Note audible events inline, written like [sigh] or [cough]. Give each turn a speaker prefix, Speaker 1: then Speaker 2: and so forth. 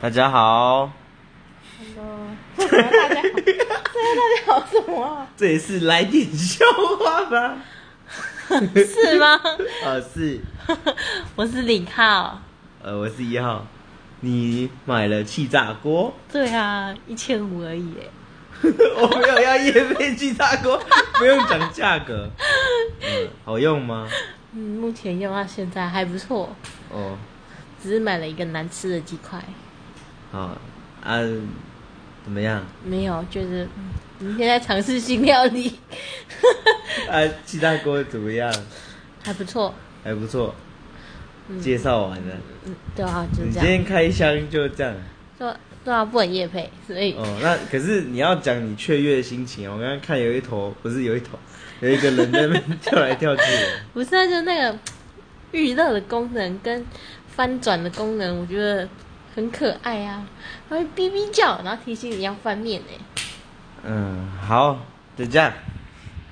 Speaker 1: 大家好，
Speaker 2: Hello，为什么大家好？这大家好什么啊？
Speaker 1: 这也是来点笑话吧？
Speaker 2: 是吗？
Speaker 1: 呃，是，
Speaker 2: 我是李浩。
Speaker 1: 呃，我是一号。你买了气炸锅？
Speaker 2: 对啊，一千五而已耶。
Speaker 1: [laughs] 我没有要夜配气炸锅， [laughs] 不用讲价格。嗯，好用吗？
Speaker 2: 嗯，目前用到现在还不错，
Speaker 1: 哦，
Speaker 2: 只是买了一个难吃的鸡块。
Speaker 1: 好啊，怎么样？
Speaker 2: 没有，就是嗯明天在尝试新料理，
Speaker 1: 啊，气炸锅怎么样？
Speaker 2: 还不错。
Speaker 1: 还不错。介绍完了，
Speaker 2: 嗯，对啊，就
Speaker 1: 你
Speaker 2: 这
Speaker 1: 今
Speaker 2: 样。
Speaker 1: 天开箱就这样。
Speaker 2: 对啊对啊，不能夜配，所以、
Speaker 1: 哦，那可是你要讲你雀跃的心情啊！我刚刚看有一头，不是有一头，有一个人在那边跳来跳去的。
Speaker 2: 不是、啊、就那个预热的功能跟翻转的功能，我觉得很可爱啊。它会哔哔叫，然后提醒你要翻面哎。
Speaker 1: 嗯，好，就这样。